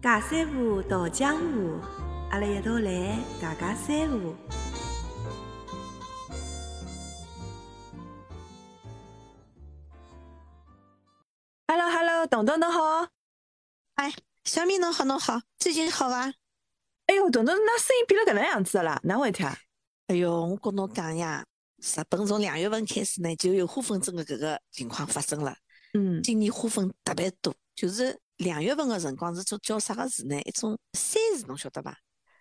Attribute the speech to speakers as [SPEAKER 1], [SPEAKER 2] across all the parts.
[SPEAKER 1] 假山河桃江湖，阿拉一道来解解山河。Hello Hello，彤彤侬好。
[SPEAKER 2] 小米侬好侬好，最近好伐？
[SPEAKER 1] 哎哟，彤彤，那声音变了搿能样子了，哪回事体啊？
[SPEAKER 2] 哎哟，我跟侬讲呀，日本从两月份开始呢，就有花粉症的搿个情况发生了。
[SPEAKER 1] 嗯，
[SPEAKER 2] 今年花粉特别多，就是两月份的辰光是叫叫啥个字呢？一种山字，侬晓得伐？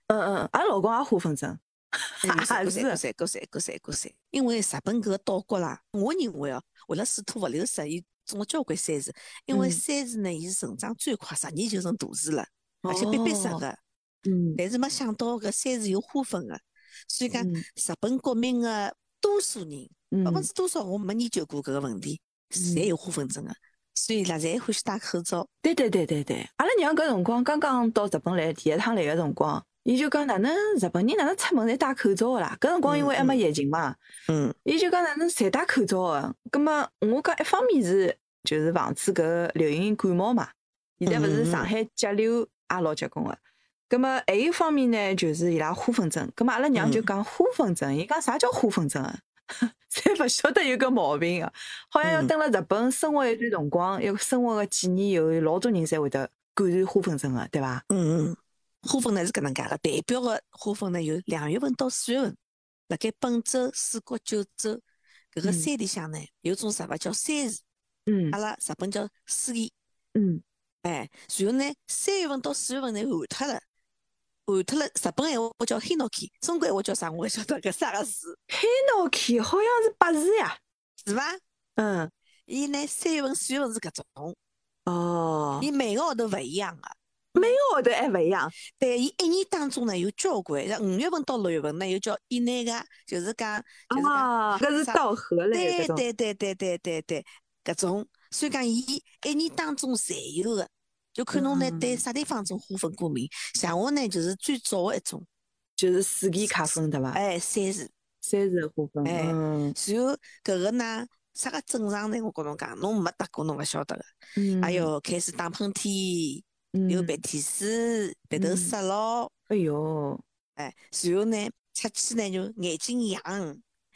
[SPEAKER 1] 嗯嗯，阿拉老公也花粉症，
[SPEAKER 2] 哎
[SPEAKER 1] 也
[SPEAKER 2] 有三
[SPEAKER 1] 是
[SPEAKER 2] 个。三个三个三个三，因为日本搿个岛国啦，我认为哦，为了水土勿流失，伊种了交关山字，因为
[SPEAKER 1] 嗯
[SPEAKER 2] 山字呢，伊是成长最快，十年就成大树了，而且逼逼实
[SPEAKER 1] 哦
[SPEAKER 2] 个。
[SPEAKER 1] 嗯
[SPEAKER 2] 但是没想到搿山是有花粉个，所以讲
[SPEAKER 1] 嗯
[SPEAKER 2] 日本国民个多数人，百分
[SPEAKER 1] 嗯
[SPEAKER 2] 之多少我没研究过搿个问题，侪有花粉症个，所以伊拉侪欢喜戴口罩。
[SPEAKER 1] 对对对对对，阿拉娘搿辰光刚刚到日本来，第一趟来个辰光，伊就讲哪能日本人哪能出门侪戴口罩个啦？搿辰光因为还没疫情嘛，
[SPEAKER 2] 嗯
[SPEAKER 1] 伊就讲哪能侪戴口罩个。葛末我讲一哎方面是就是防止搿流行感冒嘛，现在勿是
[SPEAKER 2] 嗯嗯嗯
[SPEAKER 1] 上海截流也老结棍个。葛末还有一方面呢，就是伊拉花粉症。葛末阿拉娘就
[SPEAKER 2] 嗯
[SPEAKER 1] 讲花粉症，伊讲啥叫花粉症啊？ 侪勿晓得有搿毛病啊个、好像要
[SPEAKER 2] 嗯
[SPEAKER 1] 蹲辣日本生活一段辰光，要生活个几年以后，老多人侪会得感染花粉症个，啊对伐？
[SPEAKER 2] 嗯嗯，花粉呢是搿能介个，代表个花粉呢有两月份到四月份，辣盖本州、四国、九州搿个
[SPEAKER 1] 嗯
[SPEAKER 2] 山里向呢有种植物叫山树，
[SPEAKER 1] 嗯
[SPEAKER 2] 阿拉日本叫四叶。
[SPEAKER 1] 嗯
[SPEAKER 2] 哎，然后呢，三月份到四月份呢完脱了，完脱了。日本闲话叫 hinoki，中国闲话叫啥？我勿晓得搿啥个字，
[SPEAKER 1] ，Hinoki 好像是八字呀。
[SPEAKER 2] 是伐？
[SPEAKER 1] 嗯，
[SPEAKER 2] 伊呢三月份、四月份是搿种，
[SPEAKER 1] 哦，
[SPEAKER 2] 伊每个号头勿一样个、
[SPEAKER 1] 号头还勿一样。
[SPEAKER 2] 但伊一年当中呢有交关，像五月份到六月份呢又叫伊那个，就是讲就是讲，
[SPEAKER 1] 啊，搿是
[SPEAKER 2] 啥
[SPEAKER 1] 稻荷类
[SPEAKER 2] 对
[SPEAKER 1] 搿种。
[SPEAKER 2] 对对对对对对，搿种。所以讲伊一年当中侪有个，就看侬呢对
[SPEAKER 1] 嗯
[SPEAKER 2] 啥地方种花粉过敏。像我呢就是最早个一种，
[SPEAKER 1] 就是四季卡分对伐？
[SPEAKER 2] 哎，三树。
[SPEAKER 1] 三十花分。
[SPEAKER 2] 哎
[SPEAKER 1] 嗯
[SPEAKER 2] 然后搿个呢，啥个症状呢？我跟侬讲，侬没得过，侬勿晓得个。
[SPEAKER 1] 嗯，
[SPEAKER 2] 哎哟，开始打喷嚏，流
[SPEAKER 1] 嗯，
[SPEAKER 2] 鼻涕水，鼻头
[SPEAKER 1] 嗯
[SPEAKER 2] 塞牢，
[SPEAKER 1] 哎哟，
[SPEAKER 2] 哎，然后呢，出去呢就眼睛痒，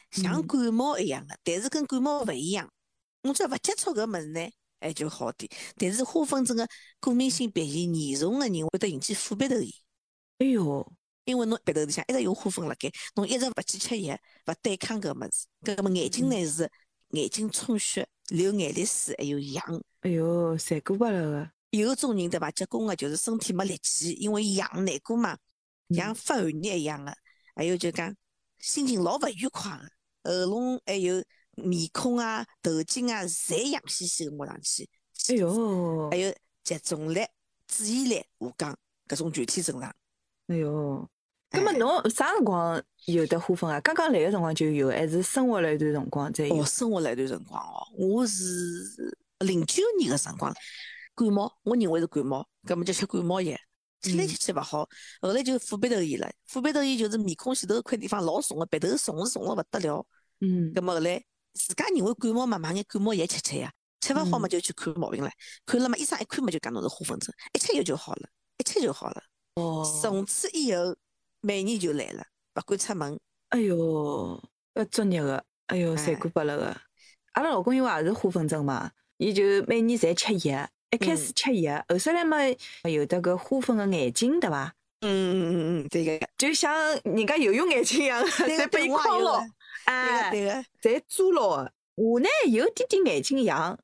[SPEAKER 2] 像
[SPEAKER 1] 嗯
[SPEAKER 2] 感冒一样个，但是跟感冒勿一样。我只要勿接触搿物事呢，哎就好点。但是花粉症个过敏性鼻炎严重个人会得引起副鼻头炎。
[SPEAKER 1] 哎哟，
[SPEAKER 2] 因为侬鼻头里向一直有花粉辣盖，侬一直勿去吃药，勿对抗搿物事，搿么眼睛呢是眼睛充血、流眼泪水，还有痒。
[SPEAKER 1] 哎哟，侪过不了个。
[SPEAKER 2] 有种人对伐，结棍个就是身体没力气，因为痒难过嘛，像发寒热一样个。还有就讲心情老勿愉快个，喉咙还有面孔啊、头颈啊，侪痒兮兮个摸上去。
[SPEAKER 1] 哎，哟，
[SPEAKER 2] 还有集中力、注意力下降，搿种全体症状。
[SPEAKER 1] 哎哟。咁么
[SPEAKER 2] 哎
[SPEAKER 1] 侬啥辰光有得花粉啊？刚刚来个辰光就有，还是生活了一段辰光才有
[SPEAKER 2] 哦，？生活了一段辰光哦，我是零九年个辰光感冒，我认为是感冒，搿么就吃感冒药，吃来
[SPEAKER 1] 嗯
[SPEAKER 2] 吃去勿好，后来就副鼻头炎了。副鼻头炎就是面孔前头搿块地方老重个，鼻头重是重了勿得了。
[SPEAKER 1] 嗯
[SPEAKER 2] 搿么后来自家认为感冒嘛，买眼感冒药吃吃呀，吃勿好嘛
[SPEAKER 1] 嗯
[SPEAKER 2] 就去看毛病了，看了嘛医生一看嘛就讲侬是花粉症，一吃药就好了，一吃就好了。
[SPEAKER 1] 哦，
[SPEAKER 2] 从此以后每年就来了，勿敢出门。
[SPEAKER 1] 哎哟，要作孽个，哎哟，
[SPEAKER 2] 哎
[SPEAKER 1] 侪过不了个。阿拉老公因为也是花粉症嘛，伊就每年侪吃药，一开
[SPEAKER 2] 嗯
[SPEAKER 1] 始吃药，后首来嘛有得个花粉个眼镜对伐？
[SPEAKER 2] 嗯嗯嗯嗯，对个，
[SPEAKER 1] 就像人家游泳眼镜一 样，
[SPEAKER 2] 对个
[SPEAKER 1] 侪
[SPEAKER 2] 对
[SPEAKER 1] 被
[SPEAKER 2] 个
[SPEAKER 1] 伊
[SPEAKER 2] 我也
[SPEAKER 1] 框
[SPEAKER 2] 有
[SPEAKER 1] 牢
[SPEAKER 2] 个，对个
[SPEAKER 1] 哎，
[SPEAKER 2] 对个。
[SPEAKER 1] 侪抓牢个。我呢有点点眼睛痒，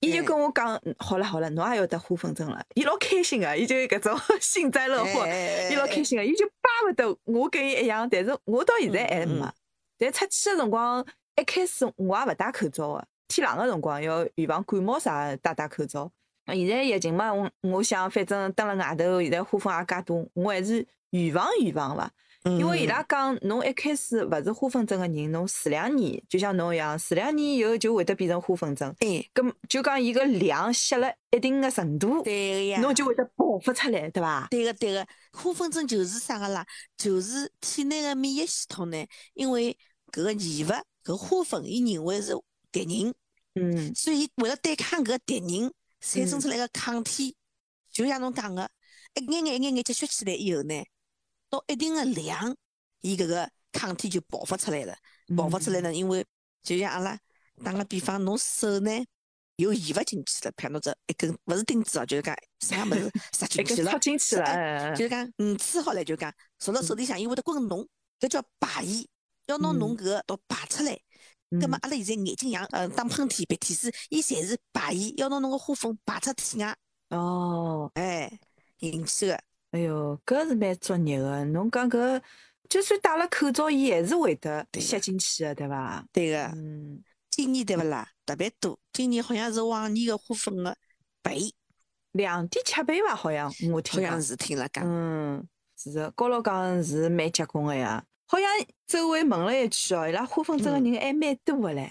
[SPEAKER 1] 伊就
[SPEAKER 2] 哎
[SPEAKER 1] 跟我讲，嗯好了好了，侬也要得花粉症了。伊老开心个，伊就搿种 幸灾乐祸，伊
[SPEAKER 2] 哎
[SPEAKER 1] 老开心个，伊就巴勿得我跟伊一样，但是我到现在还
[SPEAKER 2] 嗯嗯
[SPEAKER 1] 没。但出去个辰光，一开始我也勿戴口罩个，啊天冷个辰光要预防感冒啥的戴戴口罩。啊现在疫情嘛，我我想反正蹲辣外头，现在花粉也介多，我还是预防预防伐。
[SPEAKER 2] 嗯
[SPEAKER 1] 因为伊拉讲，侬一开始勿是花粉症个人，侬住两年，就像侬一样，住两年以后就会得变成花粉症。
[SPEAKER 2] 哎，
[SPEAKER 1] 咁就讲伊个量吸了一定个程度，
[SPEAKER 2] 对个呀，
[SPEAKER 1] 侬就会得爆发出来，对伐？
[SPEAKER 2] 对个对个，花粉症就是啥个啦？就是体内个免疫系统呢，因为搿个异物搿花粉，伊认为是敌人，
[SPEAKER 1] 嗯
[SPEAKER 2] 所以伊为了对抗搿敌人，产生出来个抗体，就像侬讲个，一眼眼一眼眼积蓄起来以后呢，到一定的量，伊搿个抗体就爆发出来了。
[SPEAKER 1] 嗯
[SPEAKER 2] 爆发出来呢，因为就像阿拉打个比方，侬手呢又移勿进去了，譬如侬这一根勿是钉子哦，就是讲啥物事塞
[SPEAKER 1] 一
[SPEAKER 2] 进去
[SPEAKER 1] 个插
[SPEAKER 2] 了，
[SPEAKER 1] 进去了，哎
[SPEAKER 2] 就是讲鱼刺好了，就讲坐辣手里向，伊会得滚脓，搿叫排异，要拿侬搿个都排出来。
[SPEAKER 1] 哎嗯
[SPEAKER 2] 葛末阿拉现在眼睛痒，呃，打喷嚏、鼻涕水，伊侪是排异，要拿侬个花粉排出体外，
[SPEAKER 1] 嗯哦，
[SPEAKER 2] 哎，啊引起个。
[SPEAKER 1] 哎哟，搿是蛮作孽个。侬讲搿，就算戴了口罩，伊还是会得
[SPEAKER 2] 对
[SPEAKER 1] 吸进去个，对伐？
[SPEAKER 2] 对个，
[SPEAKER 1] 嗯，
[SPEAKER 2] 今年对勿啦？特别多，今年好像是往年个花粉个倍，
[SPEAKER 1] 两点七倍伐？好像我
[SPEAKER 2] 好
[SPEAKER 1] 听
[SPEAKER 2] 像
[SPEAKER 1] 讲。
[SPEAKER 2] 是啊听了讲，
[SPEAKER 1] 嗯，是的，高老讲是蛮结棍个呀。好像周围问了一句哦，伊拉花粉症个
[SPEAKER 2] 嗯
[SPEAKER 1] 人还蛮多个唻。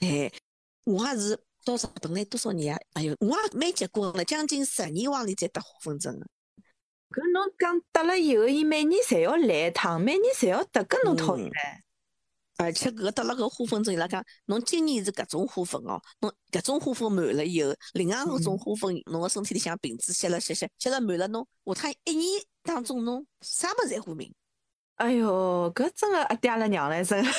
[SPEAKER 2] 哎，我也是到日本来多少年啊？哎哟，我也蛮结棍了，将近十年往里才得花粉症个。
[SPEAKER 1] 搿侬讲得了以后，伊每年侪要来一趟，每年侪要得，搿侬讨厌
[SPEAKER 2] 嗯
[SPEAKER 1] 唻。
[SPEAKER 2] 而且哎搿个得了搿花粉症，伊拉讲，侬今年是搿种花粉哦，侬搿种花粉满了以后，另外搿种花粉，侬个身体里向瓶子吸了吸吸，吸了满了，侬下趟一年当中侬啥物事侪过敏，
[SPEAKER 1] 哎哟，搿真个阿爹阿拉娘唻，真个。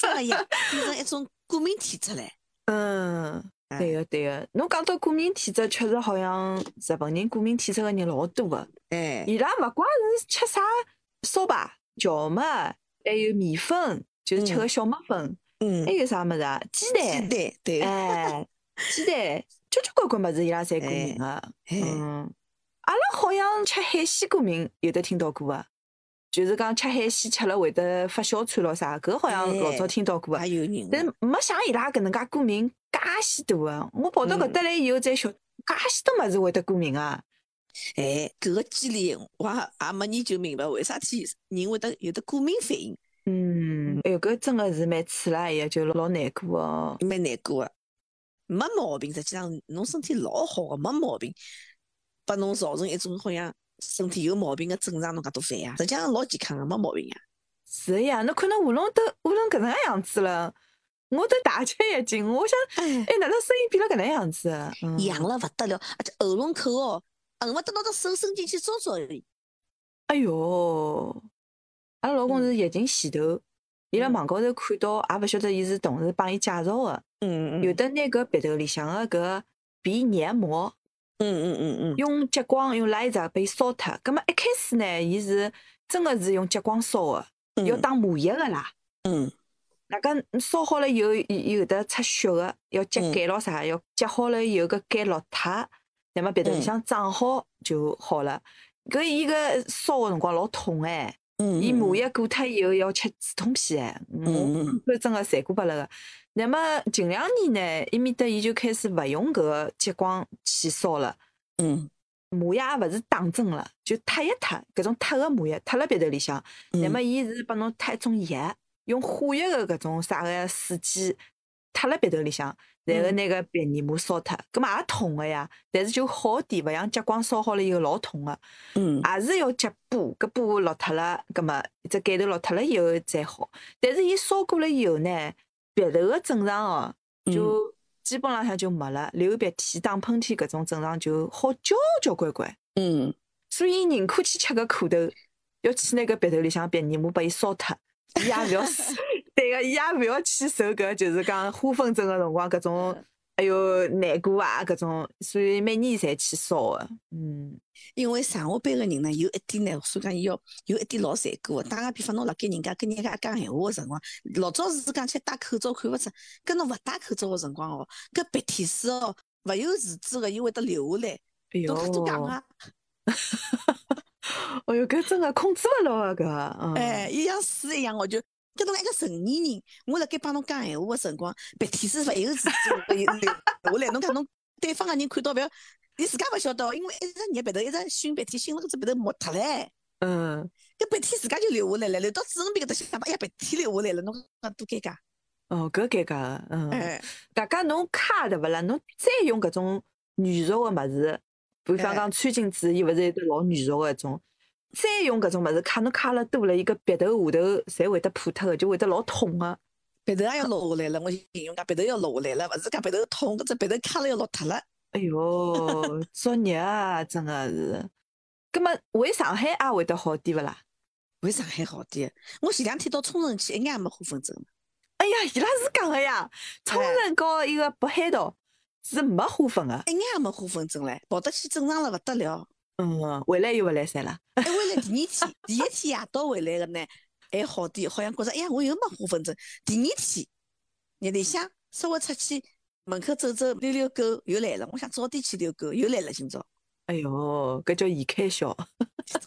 [SPEAKER 2] 真个呀，变成一种过敏体质唻。
[SPEAKER 1] 嗯，
[SPEAKER 2] 哎
[SPEAKER 1] 对个对个，侬讲到过敏体质，确实好像日本人过敏体质个人老多个，
[SPEAKER 2] 哎，
[SPEAKER 1] 伊拉勿怪是吃啥烧排、荞麦，还有米粉，就是吃
[SPEAKER 2] 嗯
[SPEAKER 1] 个小麦粉，
[SPEAKER 2] 嗯
[SPEAKER 1] 还，有啥物事啊？鸡蛋，
[SPEAKER 2] 对对，
[SPEAKER 1] 哎，鸡蛋，交交关关物事伊拉侪过敏个。
[SPEAKER 2] 哎。
[SPEAKER 1] 嗯，阿拉好像吃海鲜过敏，有的听到过个。就是讲吃海鲜吃了会得发哮喘咯啥，搿好像老早
[SPEAKER 2] 哎
[SPEAKER 1] 听到过个。啊
[SPEAKER 2] 也有人
[SPEAKER 1] 但
[SPEAKER 2] 的，
[SPEAKER 1] 没像伊拉搿能介过敏介许多个。我跑到搿
[SPEAKER 2] 嗯
[SPEAKER 1] 搭来以后才晓得，介许多物事会得过敏啊。
[SPEAKER 2] 哎，搿个机理我也也没研究明白，为啥体人会得有得过敏反应，
[SPEAKER 1] 嗯，哎哟，搿真个是蛮刺啦，也就老难过哦。
[SPEAKER 2] 蛮难过个。没毛病，实际上侬身体老好个，没毛病，拨侬造成一种好像身体有毛病个症状，侬讲多烦呀！实际上老健康个，没毛病呀。
[SPEAKER 1] 是个呀，侬看侬喉咙都喉咙搿能介样子了，我都大吃一惊。我想，
[SPEAKER 2] 哎，
[SPEAKER 1] 哎，哪能声音变了搿能样子啊？嗯
[SPEAKER 2] 痒了勿得了，而且喉咙口哦，恨勿得拿只手伸进去抓抓而已。
[SPEAKER 1] 哎哟，阿拉老公是疫情前头，伊辣
[SPEAKER 2] 嗯
[SPEAKER 1] 网高头看到，也勿晓得伊是同事帮伊介绍个，
[SPEAKER 2] 嗯
[SPEAKER 1] 有的拿搿鼻头里向个搿鼻黏膜。
[SPEAKER 2] 嗯嗯嗯嗯，
[SPEAKER 1] 用激光用 laser 被烧脱。葛末一开始呢，伊是真个是用激光烧个，要打麻药个啦。
[SPEAKER 2] 嗯
[SPEAKER 1] 那个烧好了以后，伊有的出血个，要结痂咯啥，要结好了以后搿痂落脱，乃末鼻头里
[SPEAKER 2] 嗯
[SPEAKER 1] 向长好就好了。搿伊搿烧个辰光老痛哎，
[SPEAKER 2] 嗯，
[SPEAKER 1] 伊麻药过脱以后要吃止痛片哎，我
[SPEAKER 2] 嗯嗯
[SPEAKER 1] 看真个赚过拨了个。乃末近两年呢，伊面搭伊就开始勿用搿个激光去烧了。
[SPEAKER 2] 嗯
[SPEAKER 1] 麻药也勿是打针了，就贴一贴，搿种贴个麻药贴辣鼻头里向。
[SPEAKER 2] 嗯，
[SPEAKER 1] 乃末伊是拨侬贴一种液，用化学个搿种啥个试剂贴辣鼻头里向，然后
[SPEAKER 2] 嗯
[SPEAKER 1] 拿个鼻黏膜烧脱，搿么也痛个呀。但是就好点，勿像激光烧好了以后老痛个，
[SPEAKER 2] 嗯
[SPEAKER 1] 也是要结疤，搿疤落脱了，搿么只盖头落脱了以后再好。但是伊烧过了以后呢，鼻头个症状哦，
[SPEAKER 2] 嗯
[SPEAKER 1] 就基本浪向就没了，流鼻涕、打喷嚏搿种症状就好交交关关。
[SPEAKER 2] 嗯
[SPEAKER 1] 所以宁可去吃个苦头，要去那个鼻头里向鼻黏膜把伊烧脱，伊也勿要死 对个，伊也勿要去受搿就是讲花粉症个辰光搿种，哎哟难过啊搿种，所以每年侪去烧个，嗯
[SPEAKER 2] 因为上下班个人呢，有一点呢，所以讲伊要有一点老残酷个。打个比方，侬辣盖人家跟人家讲闲话个辰光，老早是讲去戴口罩看勿出，搿侬勿戴口罩个辰光哦，搿鼻涕水哦，勿由自主个伊会得流下来，
[SPEAKER 1] 哎哟
[SPEAKER 2] 侬瞎多讲啊！
[SPEAKER 1] 哎哟搿真个控制勿牢个搿，嗯
[SPEAKER 2] 哎，伊像水一样哦，就搿侬一个成年人，我辣盖帮侬讲闲话个辰光，鼻涕水勿由自主会流流下来，侬讲侬对方个人看到勿要，伊自家勿晓得哦，因为一直捏鼻头，一直熏鼻涕，熏了搿只鼻头抹脱唻。
[SPEAKER 1] 嗯
[SPEAKER 2] 搿鼻涕自家就流下来了，流到嘴唇边搿搭想法，哎呀，鼻涕流下来了，侬讲多尴尬。
[SPEAKER 1] 哦搿尴尬个，嗯，
[SPEAKER 2] 哎，
[SPEAKER 1] 大家侬卡对勿啦？侬再用搿种软弱个物事，比方
[SPEAKER 2] 哎
[SPEAKER 1] 讲餐巾纸，伊勿是有得老软弱个一种。再用搿种物事卡，侬卡了多了，伊个鼻头下头侪会得破脱个，就会得老痛个、
[SPEAKER 2] 鼻头也要落下来了，我形容讲鼻头要落下来了，勿是讲鼻头
[SPEAKER 1] 哎
[SPEAKER 2] 痛，搿只鼻头卡了要落脱了。
[SPEAKER 1] 哎哟，作孽啊，真个是。葛么回上海也会得好点勿啦？
[SPEAKER 2] 回上海好点。我前两天到冲绳去，一眼也没花粉症。
[SPEAKER 1] 哎呀，伊拉是讲个呀，冲绳和一个北海道是没花粉个。
[SPEAKER 2] 一眼也没花粉症唻，跑得去正常了勿得了。
[SPEAKER 1] 嗯，回来又勿来三了。
[SPEAKER 2] 哎，回来第二天，第一天夜到回来个呢，还好点，好像觉着哎呀，我又没花粉症。第二天日里向稍微出去门口走走遛遛狗，又来了。我想早点去遛狗，又来了今朝。
[SPEAKER 1] 哎哟，搿叫移开销。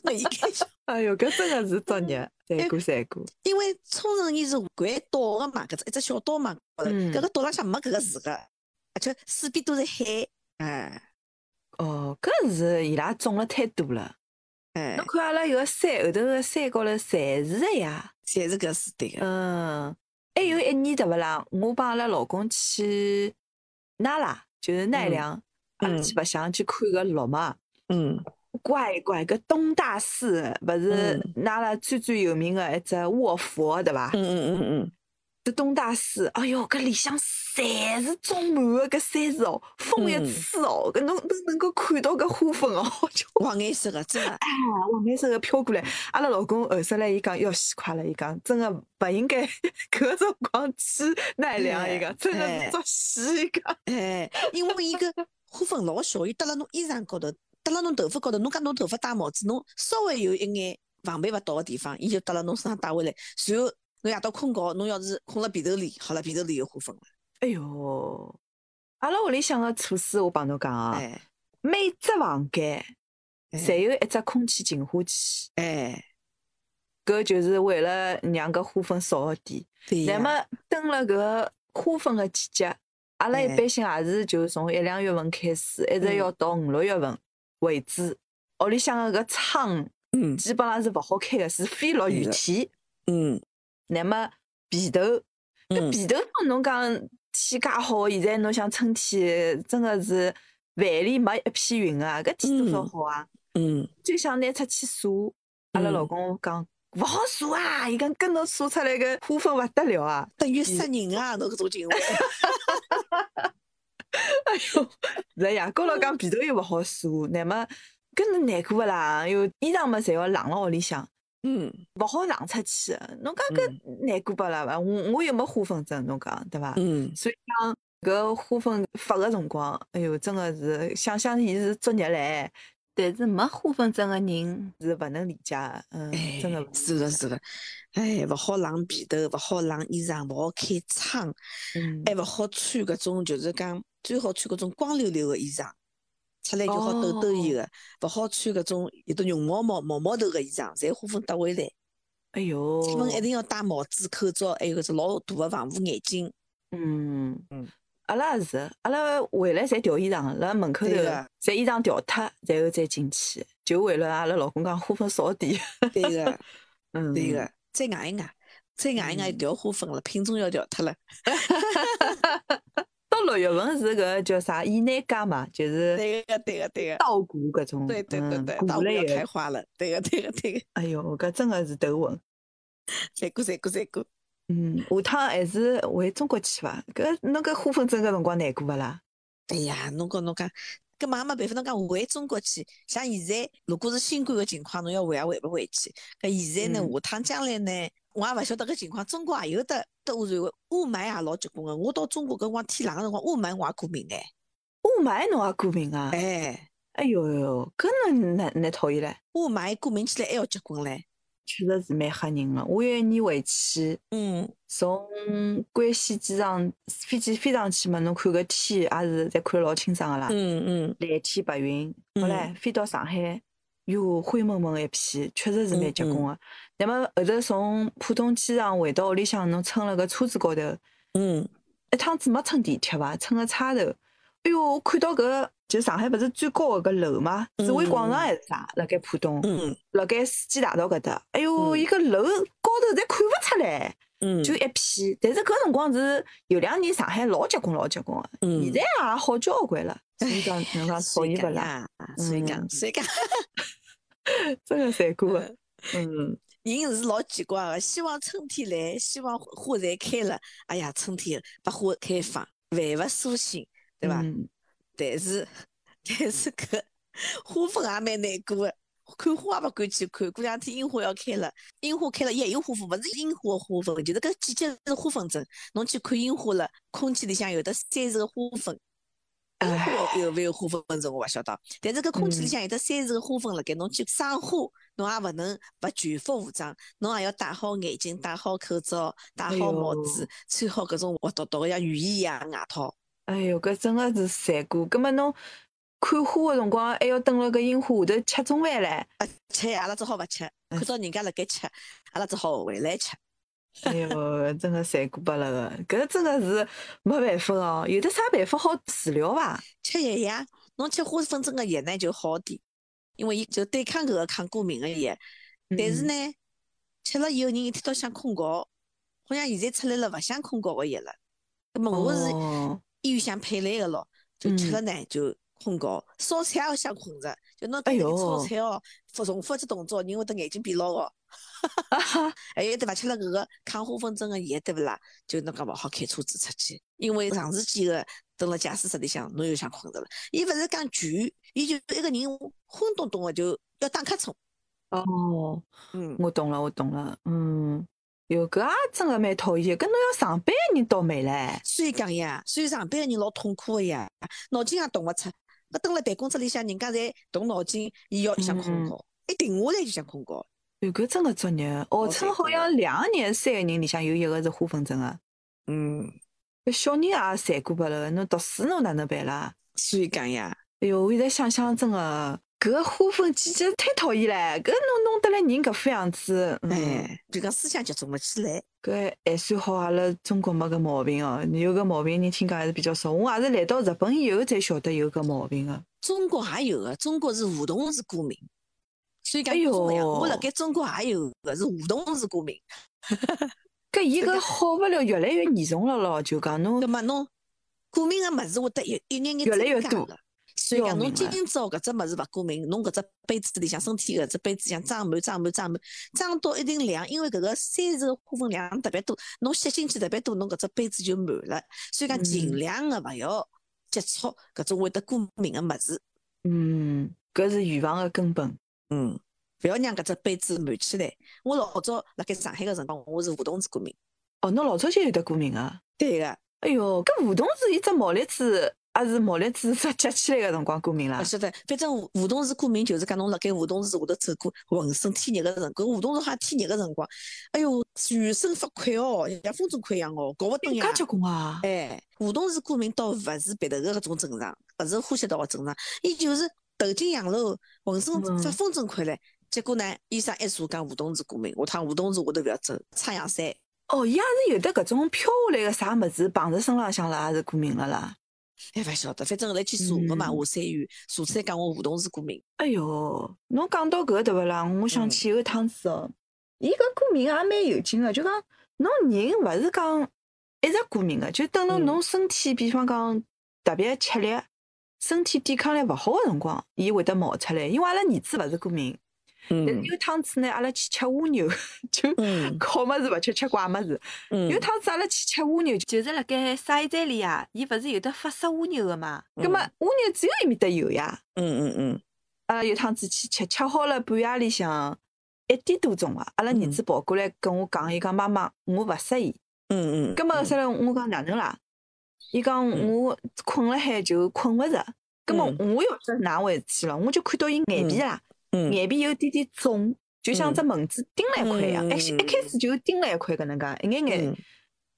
[SPEAKER 2] 我一开始，
[SPEAKER 1] 哎哟，搿真个是作孽，
[SPEAKER 2] 哎
[SPEAKER 1] 三过三过。
[SPEAKER 2] 因为冲绳伊是环岛个嘛，搿只一只小岛嘛，
[SPEAKER 1] 嗯
[SPEAKER 2] 搿个岛浪向没搿个字个，而且四边都是海。哎
[SPEAKER 1] 哦，搿是伊拉种了太多了。
[SPEAKER 2] 哎
[SPEAKER 1] 侬，看阿拉有个山后头个山高头，侪是个呀。
[SPEAKER 2] 侪是搿是对个。
[SPEAKER 1] 嗯，还有一年对勿啦？我帮阿拉老公去那拉，就是奈
[SPEAKER 2] 嗯
[SPEAKER 1] 良，阿拉
[SPEAKER 2] 嗯
[SPEAKER 1] 去白相去看个鹿嘛。
[SPEAKER 2] 嗯
[SPEAKER 1] 乖乖，搿东大寺勿是拿了最最有名个一只卧佛对伐？
[SPEAKER 2] 嗯嗯嗯嗯，
[SPEAKER 1] 这东大寺，哎哟，搿里向侪是种满个搿山水哦，枫叶
[SPEAKER 2] 嗯
[SPEAKER 1] 刺哦，搿侬都能够看到搿花粉哦，就
[SPEAKER 2] 黄颜色个真 个。
[SPEAKER 1] 黄颜色个飘过来。阿拉老公后首来伊讲要死快了，伊讲真个勿应该 搿辰光去奈良，
[SPEAKER 2] 哎
[SPEAKER 1] 伊讲真个
[SPEAKER 2] 哎
[SPEAKER 1] 是作死，伊讲
[SPEAKER 2] 哎，因为伊个花粉老小，伊搭辣侬衣裳高头，搭辣侬头发高头，侬讲侬头发戴帽子，侬稍微有一眼防备勿到个地方，伊就搭辣侬身上带回来。随后侬夜到困觉，侬要是困辣被头里，好了，被头里有花粉了。
[SPEAKER 1] 哎哟，阿拉屋里向个措施我帮侬讲啊，
[SPEAKER 2] 哎
[SPEAKER 1] 每只房间
[SPEAKER 2] 哎
[SPEAKER 1] 侪有一只空气净化器。
[SPEAKER 2] 哎，
[SPEAKER 1] 搿就是为了让搿花粉少一点。
[SPEAKER 2] 对
[SPEAKER 1] 那
[SPEAKER 2] 呀，
[SPEAKER 1] 么等了搿花粉个季节，阿拉一
[SPEAKER 2] 哎
[SPEAKER 1] 般性也是就是从一两月份开始，一直
[SPEAKER 2] 嗯
[SPEAKER 1] 要到五六月份为止。屋里向个搿窗
[SPEAKER 2] 嗯
[SPEAKER 1] 基本上是勿好开个，除非落雨
[SPEAKER 2] 对的
[SPEAKER 1] 天。
[SPEAKER 2] 嗯
[SPEAKER 1] 那么被头，搿
[SPEAKER 2] 嗯
[SPEAKER 1] 被头帮侬讲天介好，现在侬想春天真个是万里没一片云啊，搿天多少
[SPEAKER 2] 嗯
[SPEAKER 1] 好啊！
[SPEAKER 2] 嗯，
[SPEAKER 1] 就想拿出去数，阿拉老
[SPEAKER 2] 嗯
[SPEAKER 1] 公讲勿好数啊，伊讲跟侬数出来个花粉勿得了啊！
[SPEAKER 2] 等于杀人啊，侬搿种情况。
[SPEAKER 1] 哎哟，是呀，高老 讲
[SPEAKER 2] 嗯
[SPEAKER 1] 皮头又勿好数，乃末搿能难过勿啦？哟，衣裳嘛侪要晾辣屋里向，
[SPEAKER 2] 嗯，
[SPEAKER 1] 勿好晾出去。侬讲搿难过勿啦？伐？我我又没花粉症，侬讲对伐？
[SPEAKER 2] 嗯，
[SPEAKER 1] 所以讲搿花粉发个辰光，哎哟，真个是想想伊是作孽唻。但是没花粉症个人是勿能理解的，嗯，
[SPEAKER 2] 哎，
[SPEAKER 1] 真个勿
[SPEAKER 2] 是个是个，哎，勿好晾被头，勿好晾衣裳，勿好开窗。
[SPEAKER 1] 嗯
[SPEAKER 2] 还勿好穿搿种，就是讲最好穿搿种光溜溜个衣裳，出来就好抖哦抖伊个，勿好穿搿种有的绒毛毛毛毛头个衣裳，侪花粉搭回来。
[SPEAKER 1] 哎哟，
[SPEAKER 2] 出门一定要戴帽子、口罩，还有搿只老大个防护眼 镜。
[SPEAKER 1] 嗯
[SPEAKER 2] 嗯，
[SPEAKER 1] 阿拉也是，阿拉回来侪调衣裳，辣门口头
[SPEAKER 2] 对个
[SPEAKER 1] 侪衣裳调脱，然后再进去，就为了阿拉老公讲花粉少点。
[SPEAKER 2] 对个，
[SPEAKER 1] 嗯，
[SPEAKER 2] 对个，再硬一硬，再硬一硬
[SPEAKER 1] 嗯
[SPEAKER 2] 调花粉了，品种要调脱了。
[SPEAKER 1] 到六月份是搿叫啥伊奈加嘛，就是
[SPEAKER 2] 对个，对个，对个，
[SPEAKER 1] 稻谷搿种，
[SPEAKER 2] 对对对
[SPEAKER 1] 嗯
[SPEAKER 2] 对，大
[SPEAKER 1] 谷
[SPEAKER 2] 花要
[SPEAKER 1] 类
[SPEAKER 2] 开
[SPEAKER 1] 的。
[SPEAKER 2] 花了。对个，对个，对个，
[SPEAKER 1] 哎哟，搿真个是头昏。
[SPEAKER 2] 再过，再过，再过。
[SPEAKER 1] 嗯，下趟还是回中国去伐？搿侬搿花粉症搿辰光难过勿啦？
[SPEAKER 2] 哎呀，侬讲侬讲，搿嘛也没办法，侬讲回中国去，像现在如果是新冠个情况，侬要回也回勿回去。搿现在呢，
[SPEAKER 1] 嗯
[SPEAKER 2] 下趟将来呢，我也勿晓得搿情况，中国也有得得污染个，雾霾也老结棍个。我到中国搿辰光天冷个辰光，雾霾我也过敏哎。
[SPEAKER 1] 雾霾侬也过敏啊？
[SPEAKER 2] 哎，
[SPEAKER 1] 哎哟哟，搿侬哪哪讨厌唻？
[SPEAKER 2] 雾霾过敏起来还要结棍唻。
[SPEAKER 1] 确实是蛮吓人个。我有一年回去。
[SPEAKER 2] 嗯，
[SPEAKER 1] 从关西机场飞机飞上去嘛，侬看搿天也是侪看得老清爽个啦，
[SPEAKER 2] 嗯嗯，
[SPEAKER 1] 蓝天白云。
[SPEAKER 2] 嗯
[SPEAKER 1] 后来飞到上海，哟，灰蒙蒙一片，确实是蛮结
[SPEAKER 2] 嗯
[SPEAKER 1] 棍个。那么后头从浦东机场回到屋里向，侬乘辣搿车子高头，
[SPEAKER 2] 嗯
[SPEAKER 1] 一趟子没乘地铁伐，乘个差头。哎哟，我看到搿就上海勿是最高个搿楼嘛，紫薇广场还是啥，辣盖浦东，
[SPEAKER 2] 嗯
[SPEAKER 1] 辣盖世纪大道搿搭。哎哟，
[SPEAKER 2] 嗯
[SPEAKER 1] 伊搿楼高头侪看勿出来。
[SPEAKER 2] 嗯，
[SPEAKER 1] 就一片。但是搿辰光是有两年上海老结棍老结棍个，
[SPEAKER 2] 嗯
[SPEAKER 1] 现在也好交关了。所以讲，侬讲讨
[SPEAKER 2] 所以
[SPEAKER 1] 厌勿
[SPEAKER 2] 讲
[SPEAKER 1] 啦？
[SPEAKER 2] 呀，所以讲，
[SPEAKER 1] 嗯
[SPEAKER 2] 所以讲。
[SPEAKER 1] 真个残酷个。嗯，
[SPEAKER 2] 人是老奇怪的，希望春天来，希望花侪开了。哎呀，春天百花开放，万物苏醒，对伐？
[SPEAKER 1] 嗯
[SPEAKER 2] 但是，但是搿花粉也蛮难过的，看花也勿敢去看。过两天樱花要开了，樱花开了，野樱花粉勿是樱花的花粉，就是搿季节是花粉症。侬去看樱花了，空气里向有的三十个花粉。樱
[SPEAKER 1] 唉
[SPEAKER 2] 花有勿有花粉症我勿晓得，但是搿空
[SPEAKER 1] 嗯
[SPEAKER 2] 气里向有得三十个花粉辣盖，侬去赏花，侬也勿能勿全副武装，侬也要戴好眼镜、戴好口罩、戴
[SPEAKER 1] 哎
[SPEAKER 2] 好
[SPEAKER 1] 哟
[SPEAKER 2] 帽子，穿好搿种滑嘟嘟个像雨衣一样的外套。
[SPEAKER 1] 哎哟，搿真个是残酷。葛末侬看花个辰光，还要蹲辣搿樱花下头吃中饭唻。
[SPEAKER 2] 吃，阿拉只好勿吃，看到人家辣盖吃，阿拉只好回来吃。
[SPEAKER 1] 哎哟，真个残酷巴拉个，搿真个是没办法哦。有的啥办法好治疗伐？
[SPEAKER 2] 吃药呀，侬吃花粉症个药呢就好点，因为伊就对抗搿个抗过敏个药。但是
[SPEAKER 1] 嗯，
[SPEAKER 2] 呢，吃了以后人一天到想困觉，好像现在出来了勿想困觉个药了。那么我是
[SPEAKER 1] 哦
[SPEAKER 2] 医院想配来个咯，就吃
[SPEAKER 1] 嗯
[SPEAKER 2] 了呢就困觉，烧菜也想困着，就侬
[SPEAKER 1] 哎
[SPEAKER 2] 对那
[SPEAKER 1] 哟
[SPEAKER 2] 个炒菜哦，复重复只动作，人会得眼睛变 老个。
[SPEAKER 1] 啊哈，
[SPEAKER 2] 还哎有对伐？吃了搿个抗花粉症个药，对勿啦？就侬讲勿好开车子出去，因为长时间个蹲辣驾驶室里向，侬又想困着了。伊勿是讲倦，伊就一个人昏咚咚个，就要打瞌冲。
[SPEAKER 1] 哦，
[SPEAKER 2] 嗯，
[SPEAKER 1] 我懂了，我懂了。嗯，哟，搿也真个蛮讨厌。搿侬要上班个人倒霉唻。
[SPEAKER 2] 所以讲呀，所以上班个人老痛苦个呀，脑筋也啊动勿出。搿蹲辣办公室里向，人家侪动脑筋，伊要想困觉，一停下来就想困觉。
[SPEAKER 1] 哟，搿真个作孽。号称
[SPEAKER 2] 残
[SPEAKER 1] 好
[SPEAKER 2] 酷
[SPEAKER 1] 像两个人、三个人里向有一个是花粉症个。
[SPEAKER 2] 嗯，
[SPEAKER 1] 搿小人也残酷巴拉个，侬读书侬哪能办啦？
[SPEAKER 2] 所以讲呀，
[SPEAKER 1] 哎哟，我现在想想真个，搿个花粉季节太讨厌唻。搿侬弄得来人搿副样子，嗯。
[SPEAKER 2] 哎，就讲思想集中勿起来。
[SPEAKER 1] 搿还算好，啊阿拉中国没搿毛病哦。有搿毛病，人听讲还是比较少。我也是来到日本以后才晓得有搿毛病个。
[SPEAKER 2] 中国也有个，中国是梧桐是过敏，所以讲
[SPEAKER 1] 哎
[SPEAKER 2] 不同呀。
[SPEAKER 1] 哟
[SPEAKER 2] 我辣盖中国也有个是梧桐是过敏，
[SPEAKER 1] 搿伊
[SPEAKER 2] 这
[SPEAKER 1] 搿
[SPEAKER 2] 个
[SPEAKER 1] 好勿了，越来越严重了咯。就讲侬
[SPEAKER 2] 葛末侬过敏个物事会得一一眼眼
[SPEAKER 1] 越来越
[SPEAKER 2] 增加
[SPEAKER 1] 多
[SPEAKER 2] 了。所以
[SPEAKER 1] 要
[SPEAKER 2] 讲，侬
[SPEAKER 1] 命
[SPEAKER 2] 今
[SPEAKER 1] 了
[SPEAKER 2] 朝搿只物事勿过敏，侬搿只杯子里向身体搿只杯子里向装满装满装满，装到一定量，因为搿个三十个花粉量特别多，侬吸进去特别多，侬搿只杯子就满了。所以讲，尽
[SPEAKER 1] 嗯
[SPEAKER 2] 量个勿要接触搿种会得过敏个物事，
[SPEAKER 1] 嗯，搿是预防个根本。
[SPEAKER 2] 嗯，勿要让搿只杯子满起来。我老早辣盖上海个辰光，我是梧桐子过敏，
[SPEAKER 1] 哦，侬老早就有得过敏个。
[SPEAKER 2] 对个，
[SPEAKER 1] 哎哟，搿梧桐树伊只毛栗子，也是毛栗子只结起来个辰光过敏啦
[SPEAKER 2] 勿。晓得，反正梧梧桐树过敏就是讲侬辣盖梧桐树下头走过，浑身天热个辰光，梧桐树好像天热个辰光，哎哟，全身发快哦，像风筝快一样哦，搞勿
[SPEAKER 1] 有
[SPEAKER 2] 动呀
[SPEAKER 1] 介。结棍啊！
[SPEAKER 2] 哎，梧桐树过敏倒勿是别的个搿种症状，勿是呼吸道个症状，伊就是头颈痒喽，浑身
[SPEAKER 1] 嗯
[SPEAKER 2] 发风筝快唻。结果呢，医生一查讲梧桐树过敏，下趟梧桐树下头勿要走，插阳伞。
[SPEAKER 1] 哦，伊也是有得搿种飘下来个啥物事碰着身浪向了，也是过敏了啦。
[SPEAKER 2] 哎，勿晓得，反正后来去查个嘛，
[SPEAKER 1] 嗯
[SPEAKER 2] 下三院，查出来讲我梧桐树过敏。
[SPEAKER 1] 哎哟，侬讲到搿对勿啦？我想
[SPEAKER 2] 嗯
[SPEAKER 1] 起有一趟子哦，伊搿过敏也蛮有劲个，就讲侬人勿是讲一直过敏个，就等到
[SPEAKER 2] 嗯
[SPEAKER 1] 侬身体，比方讲特别吃力，身体抵抗力勿好个辰光，伊会得冒出来。因为阿拉儿子勿是过敏，但是
[SPEAKER 2] 嗯
[SPEAKER 1] 有趟子呢，阿拉去吃蜗牛， 就
[SPEAKER 2] 嗯
[SPEAKER 1] 好物事勿吃，吃怪物事。
[SPEAKER 2] 嗯
[SPEAKER 1] 有趟子阿拉去吃蜗牛，就是辣盖沙县寨里啊，伊勿是有得发射蜗牛个嘛？葛末
[SPEAKER 2] 嗯
[SPEAKER 1] 蜗牛只有伊面搭有呀。
[SPEAKER 2] 嗯嗯嗯，
[SPEAKER 1] 阿啊拉有趟子去吃，吃好了半夜里向一点多钟伐，阿拉儿
[SPEAKER 2] 嗯
[SPEAKER 1] 子跑过来跟我讲，伊讲妈妈，我勿适宜。
[SPEAKER 2] 嗯嗯，
[SPEAKER 1] 葛末
[SPEAKER 2] 嗯
[SPEAKER 1] 后来我讲哪能啦？伊讲
[SPEAKER 2] 嗯
[SPEAKER 1] 我困了海就困勿着。葛末我又勿知哪回事体了，我就看到伊眼皮啦，
[SPEAKER 2] 嗯
[SPEAKER 1] 眼皮有点点肿，就像
[SPEAKER 2] 嗯
[SPEAKER 1] 只蚊子叮了一块一样。哎
[SPEAKER 2] 嗯
[SPEAKER 1] 一先一开始就叮了一块搿能介，一眼眼
[SPEAKER 2] 嗯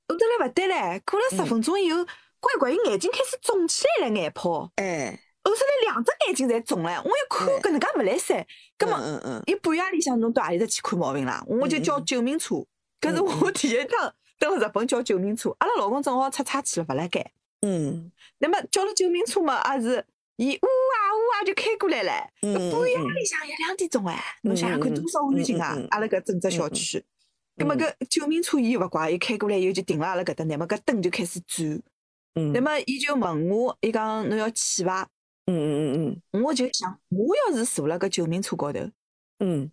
[SPEAKER 1] 后头来勿对唻，过了十
[SPEAKER 2] 嗯
[SPEAKER 1] 分钟以后，乖乖，伊眼睛开始肿起来了，眼泡。
[SPEAKER 2] 哎，
[SPEAKER 1] 后头来两只眼睛侪肿了，我一看
[SPEAKER 2] 哎
[SPEAKER 1] 搿能介勿来三，葛末
[SPEAKER 2] 嗯嗯
[SPEAKER 1] 伊半夜里向侬到何里搭去看毛病啦？我就叫
[SPEAKER 2] 嗯嗯
[SPEAKER 1] 救命车，搿是
[SPEAKER 2] 嗯
[SPEAKER 1] 我第一趟到日本叫救命车。阿拉老公正好出差去了，勿辣盖。
[SPEAKER 2] 嗯
[SPEAKER 1] 那么叫了救命车嘛，也是伊呜啊呜啊就开过来了。
[SPEAKER 2] 嗯嗯，
[SPEAKER 1] 半夜里向一两点钟哎，侬想想看
[SPEAKER 2] 嗯嗯
[SPEAKER 1] 多少安全啊
[SPEAKER 2] 嗯嗯嗯！
[SPEAKER 1] 阿拉搿整只小区，葛末
[SPEAKER 2] 嗯
[SPEAKER 1] 搿救命车伊勿怪，伊开过来以后就停辣阿拉搿搭，乃末搿灯就开始转。
[SPEAKER 2] 嗯，
[SPEAKER 1] 那
[SPEAKER 2] 嗯
[SPEAKER 1] 么伊就问我，伊讲侬要去伐？
[SPEAKER 2] 嗯嗯
[SPEAKER 1] 我就想，我要是坐辣搿救命车高头，
[SPEAKER 2] 嗯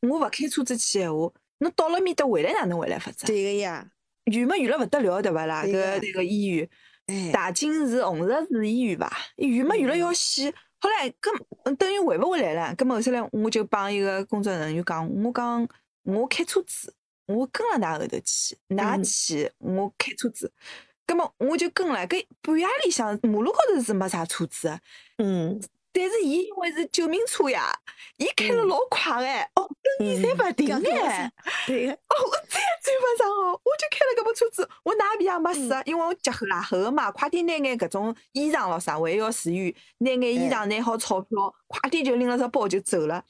[SPEAKER 2] 嗯，
[SPEAKER 1] 我勿开车子去闲话，侬到了面搭回来哪能回来法子啊？
[SPEAKER 2] 对个呀，
[SPEAKER 1] 远么远了勿得了，对勿啦？
[SPEAKER 2] 对
[SPEAKER 1] 搿
[SPEAKER 2] 个
[SPEAKER 1] 迭个医院，
[SPEAKER 2] 哎，嗯
[SPEAKER 1] 大金是红石市医院伐？远么远了要死，后来，搿嗯等于回勿回来了。搿么后头来，我就帮一个工作人员讲，我讲我开车子，我跟了㑚后头去，㑚
[SPEAKER 2] 嗯
[SPEAKER 1] 去，我开车子。搿么我就跟了，搿半夜里向马路高头是没啥车子啊的，
[SPEAKER 2] 嗯，
[SPEAKER 1] 但是伊因为是救命车呀，伊开了
[SPEAKER 2] 嗯
[SPEAKER 1] 老快哎，哦，灯伊侪勿停
[SPEAKER 2] 讲得
[SPEAKER 1] 哎。
[SPEAKER 2] 对啊
[SPEAKER 1] 哦，
[SPEAKER 2] 个，
[SPEAKER 1] 我再也追勿上哦！我就开了搿部车子，我哪边也没
[SPEAKER 2] 嗯
[SPEAKER 1] 试啊，因为我节后啦后嘛，快点拿眼搿种衣裳咯啥，还要住院，拿眼衣裳，拿好钞票，快点就拎了只包就走了。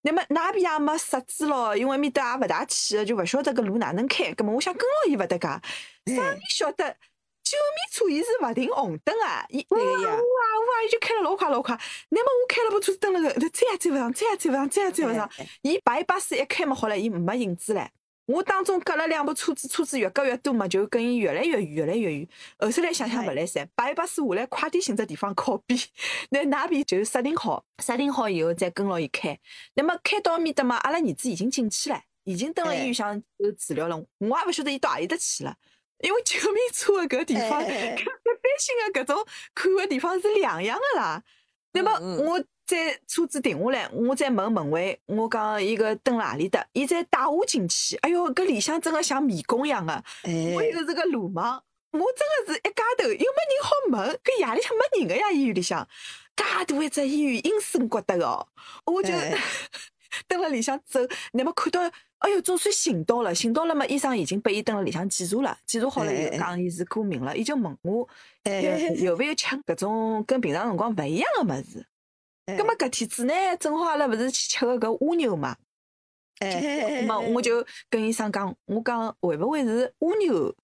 [SPEAKER 1] 那么哪边也没设置咯，因为面搭也勿大去，就勿晓得搿路哪能开。搿么我想跟牢伊勿搭界，啥
[SPEAKER 2] 哎
[SPEAKER 1] 人晓得？救命车伊是勿停红灯啊！伊哇
[SPEAKER 2] 对
[SPEAKER 1] 哇
[SPEAKER 2] 个呀
[SPEAKER 1] 哇哇，伊就开了老快老快。那么我开了部车子登了个，再也追勿上，再也追勿上，再也追勿上。
[SPEAKER 2] 哎
[SPEAKER 1] 伊排巴士一开嘛，好了，伊没影子唻。我当中隔了两部车子，车子越隔越多嘛，就跟伊越来越远，越来越远。后头来想想
[SPEAKER 2] 哎
[SPEAKER 1] 勿来三，排巴士下来，快点寻只地方靠边，拿哪边就设定好，设定好以后再跟牢伊开。那么开到面搭嘛，阿拉儿子已经进去了，已经蹲辣
[SPEAKER 2] 哎
[SPEAKER 1] 医院向就治疗了，我也勿晓得伊到何里搭去了。因为救命车的搿地
[SPEAKER 2] 哎
[SPEAKER 1] 方，
[SPEAKER 2] 哎哎
[SPEAKER 1] 跟一般性的搿种看的地方是两样的啦。那
[SPEAKER 2] 嗯
[SPEAKER 1] 么
[SPEAKER 2] 嗯
[SPEAKER 1] 我再车子停下来，我再问门卫，我讲伊个蹲辣何里搭，伊再带我进去。哎哟，搿里向真的像迷宫一样的、啊我
[SPEAKER 2] 哎
[SPEAKER 1] 又是个鲁莽，我真的是一家头又没人好问，搿夜里向没人个呀，医院里向，介大一只医院，阴森觉得哦，我就
[SPEAKER 2] 哎
[SPEAKER 1] 蹲辣里向走，乃末看到，哎哟，总算寻到了，寻到了嘛，医生已经拨伊蹲辣里向检查了，检查好了以
[SPEAKER 2] 哎哎
[SPEAKER 1] 后
[SPEAKER 2] 哎
[SPEAKER 1] 讲伊是过敏了，伊就问我
[SPEAKER 2] 哎
[SPEAKER 1] 呃 有有勿有吃搿种跟平常辰光勿一样个物事。
[SPEAKER 2] 哎
[SPEAKER 1] 葛末搿天子呢，正好阿拉勿是去吃个搿蜗牛嘛，
[SPEAKER 2] 哎，
[SPEAKER 1] 那么我就跟医生讲，我讲会不会是蜗牛？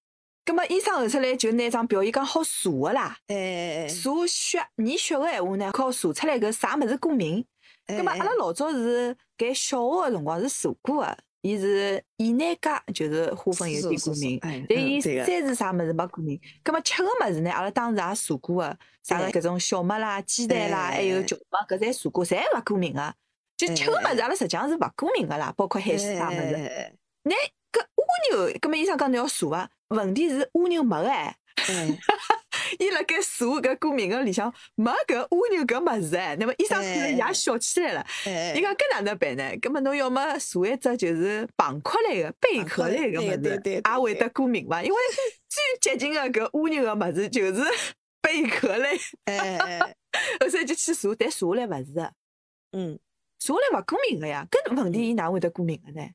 [SPEAKER 1] 咁么医生后出来就拿张表，伊讲好查个啦，
[SPEAKER 2] 哎，
[SPEAKER 1] 查血验血个闲话呢，靠查出来搿啥物事过敏。
[SPEAKER 2] 哎
[SPEAKER 1] 咁么阿拉老早是搿小学个辰光是查过个，伊是乙酰甲就是花粉有点过敏，
[SPEAKER 2] 哎，
[SPEAKER 1] 但伊
[SPEAKER 2] 对个，
[SPEAKER 1] 再是啥物事没过敏，咁么吃个物事呢，阿拉当时也查过个，啥个
[SPEAKER 2] 哎
[SPEAKER 1] 搿种小麦啦、鸡蛋啦，
[SPEAKER 2] 哎
[SPEAKER 1] 还有球麦，搿侪查过，侪勿过敏个。就吃个物事，阿拉实际上是勿过敏个啦，包括海鲜啥物事。
[SPEAKER 2] 哎
[SPEAKER 1] 那搿蜗牛，搿么医生讲侬要查啊，问题是蜗牛没哎，
[SPEAKER 2] 哎
[SPEAKER 1] 伊辣盖查搿过敏个里向没搿蜗牛搿物事哎，那么医生看了
[SPEAKER 2] 哎
[SPEAKER 1] 也笑起来了，
[SPEAKER 2] 哎，
[SPEAKER 1] 伊讲搿哪能办呢？搿么侬要么查一只就是蚌壳类个、贝壳类个物
[SPEAKER 2] 对对
[SPEAKER 1] 事，
[SPEAKER 2] 对
[SPEAKER 1] 也
[SPEAKER 2] 对
[SPEAKER 1] 会
[SPEAKER 2] 对
[SPEAKER 1] 得过敏伐？因为最接近个搿蜗牛个物事就是 贝壳类，
[SPEAKER 2] 哎哎，
[SPEAKER 1] 后头就去查，但查下来勿是啊的。
[SPEAKER 2] 嗯，
[SPEAKER 1] 查下来勿过敏个呀，搿问题伊哪会得过敏个呢？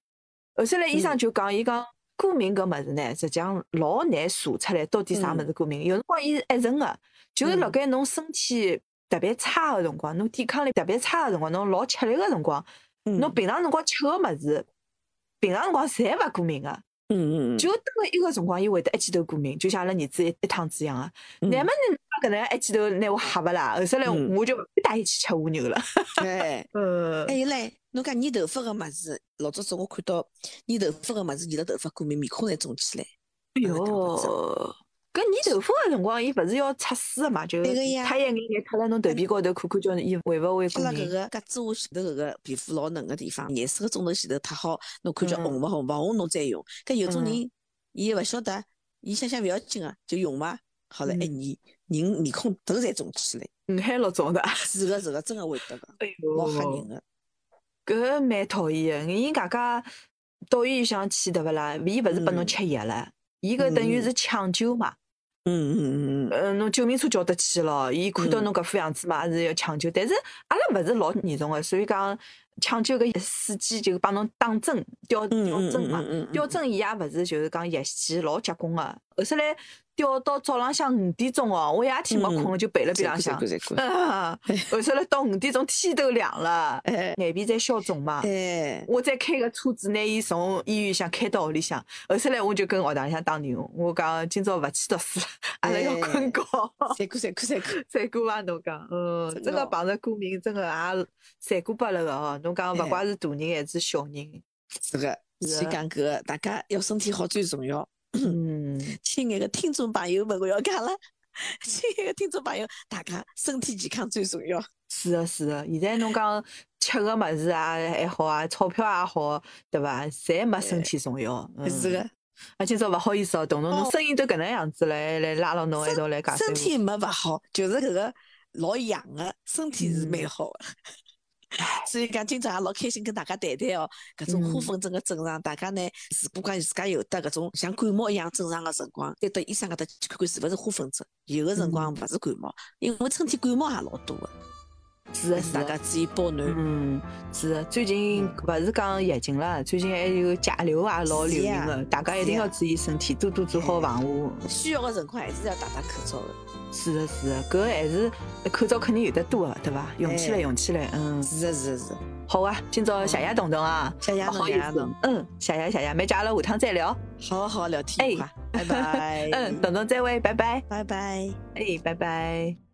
[SPEAKER 1] 后头来医
[SPEAKER 2] 嗯
[SPEAKER 1] 生就讲，伊讲过敏搿物事呢，实际上老难查出来到底啥物事过敏。有辰光伊是一层个，就是辣
[SPEAKER 2] 嗯
[SPEAKER 1] 盖侬身体特别差个辰光，侬抵抗力特别差个辰光，侬老吃力个辰光，
[SPEAKER 2] 嗯
[SPEAKER 1] 侬平常辰光吃个物事，平常辰光侪勿过敏个，
[SPEAKER 2] 嗯嗯，
[SPEAKER 1] 就等了一个辰光，伊会得一记头过敏，就像阿拉儿子一一趟子一样个。乃末呢，搿能一记头拿我吓勿啦，后头来
[SPEAKER 2] 嗯
[SPEAKER 1] 我就勿敢带伊去吃蜗牛了。
[SPEAKER 2] 哎。
[SPEAKER 1] 呃
[SPEAKER 2] 还有嘞，侬讲染头发个物事，老早子我看到染头发个物事，染了头发过敏，面孔侪肿起来。
[SPEAKER 1] 哎
[SPEAKER 2] 哪
[SPEAKER 1] 哟
[SPEAKER 2] 能讲法子，
[SPEAKER 1] 搿染头发个辰光，伊勿是要测试个嘛？就
[SPEAKER 2] 对个呀
[SPEAKER 1] 擦一眼眼擦辣侬头皮高头，看看叫伊会勿会
[SPEAKER 2] 阿
[SPEAKER 1] 过
[SPEAKER 2] 拉搿
[SPEAKER 1] 敏？
[SPEAKER 2] 个胳肢窝前头搿个皮肤老嫩个地方，廿四个钟头前头擦好，侬看叫
[SPEAKER 1] 嗯
[SPEAKER 2] 红勿红，勿红侬再用。搿有种
[SPEAKER 1] 嗯
[SPEAKER 2] 人，伊勿晓得，伊想想勿要紧个，啊就用伐。好了，
[SPEAKER 1] 嗯
[SPEAKER 2] 一染，人面孔头侪肿起来。
[SPEAKER 1] 五海老早的，
[SPEAKER 2] 是个是个，真个会得个，
[SPEAKER 1] 哎
[SPEAKER 2] 哎老吓人个。
[SPEAKER 1] 搿蛮讨厌个。人家家到医院想去对勿啦？伊勿是拨侬
[SPEAKER 2] 嗯
[SPEAKER 1] 吃药了，伊搿等于
[SPEAKER 2] 嗯
[SPEAKER 1] 是抢救嘛。
[SPEAKER 2] 嗯嗯嗯嗯，
[SPEAKER 1] 呃，侬救命车叫得去了，伊看到侬搿副样子嘛，也是要抢救。但是阿拉勿是老严重个，所以讲抢救搿司机就帮侬打针、吊
[SPEAKER 2] 嗯
[SPEAKER 1] 吊针嘛。
[SPEAKER 2] 嗯
[SPEAKER 1] 吊针伊也勿是就是讲夜间老结棍个，后头来吊到早浪向五点钟哦，我一夜
[SPEAKER 2] 嗯
[SPEAKER 1] 天没困，就陪辣边浪向。啊 后头来到五点钟天都凉了，
[SPEAKER 2] 哎
[SPEAKER 1] 眼皮侪消肿嘛。
[SPEAKER 2] 哎，
[SPEAKER 1] 我再开个车子拿伊从医院想开到屋里向，后头来我就跟学堂里向打电话，我讲今朝勿去读书了， 阿拉要困 觉。
[SPEAKER 2] 三哥三哥三哥，
[SPEAKER 1] 三哥伐？侬讲，嗯，
[SPEAKER 2] 真
[SPEAKER 1] 真
[SPEAKER 2] 的
[SPEAKER 1] 个
[SPEAKER 2] 哦
[SPEAKER 1] 碰着过敏，真个也残酷拨了个哦。侬讲，勿
[SPEAKER 2] 哎
[SPEAKER 1] 怪是大人还是小人，
[SPEAKER 2] 是个。
[SPEAKER 1] 是啊
[SPEAKER 2] 所以
[SPEAKER 1] 的
[SPEAKER 2] 讲搿个，大家要身体好最重要。
[SPEAKER 1] 嗯，
[SPEAKER 2] 亲爱的听众朋友们，我要 讲了，亲爱的听众朋友，大家身体健康最重要。
[SPEAKER 1] 是个是个。现在侬讲吃个物事啊还好啊，钞票也好，对伐？侪没身体重要。嗯
[SPEAKER 2] 是个。，
[SPEAKER 1] 啊，今朝勿好意思哦，动动侬
[SPEAKER 2] 哦
[SPEAKER 1] 声音都搿能样子来来拉牢侬一道来讲。
[SPEAKER 2] 身体没勿好，就是搿个老洋个，身体
[SPEAKER 1] 嗯
[SPEAKER 2] 是蛮好个。 所以讲，今朝也老开心跟大家谈谈哦，搿种
[SPEAKER 1] 嗯
[SPEAKER 2] 花粉症个症状，大家呢，如果讲自家有得搿种像感冒一样症状个辰光，对到医生搿搭去看看是勿是花粉症，有个辰
[SPEAKER 1] 嗯
[SPEAKER 2] 光勿是感冒，因为春天感冒也老多个，
[SPEAKER 1] 是啊的，是
[SPEAKER 2] 大
[SPEAKER 1] 的。
[SPEAKER 2] 家注意保暖。
[SPEAKER 1] 嗯，是的，最
[SPEAKER 2] 嗯
[SPEAKER 1] 近勿是讲疫情了，最近还有甲流也老流行
[SPEAKER 2] 是啊
[SPEAKER 1] 的，大家一定要注意身体，多多做好防护。
[SPEAKER 2] 需要个辰光还是要戴戴口罩个。
[SPEAKER 1] 是的，是啊的，搿个还是口罩肯定有得多的，对伐？用起来，
[SPEAKER 2] 哎
[SPEAKER 1] 用起来，嗯，
[SPEAKER 2] 是个，是个，是个。
[SPEAKER 1] 好啊，今朝谢谢彤彤啊，
[SPEAKER 2] 谢谢
[SPEAKER 1] 勿
[SPEAKER 2] 侬，
[SPEAKER 1] 好
[SPEAKER 2] 谢
[SPEAKER 1] 意
[SPEAKER 2] 谢
[SPEAKER 1] 思
[SPEAKER 2] 侬，，
[SPEAKER 1] 嗯，谢谢谢谢，没加阿拉下趟再聊，
[SPEAKER 2] 好哎好聊天愉快，拜拜，
[SPEAKER 1] 嗯，彤彤再会，拜拜，
[SPEAKER 2] 哎拜拜。
[SPEAKER 1] 哎，拜拜。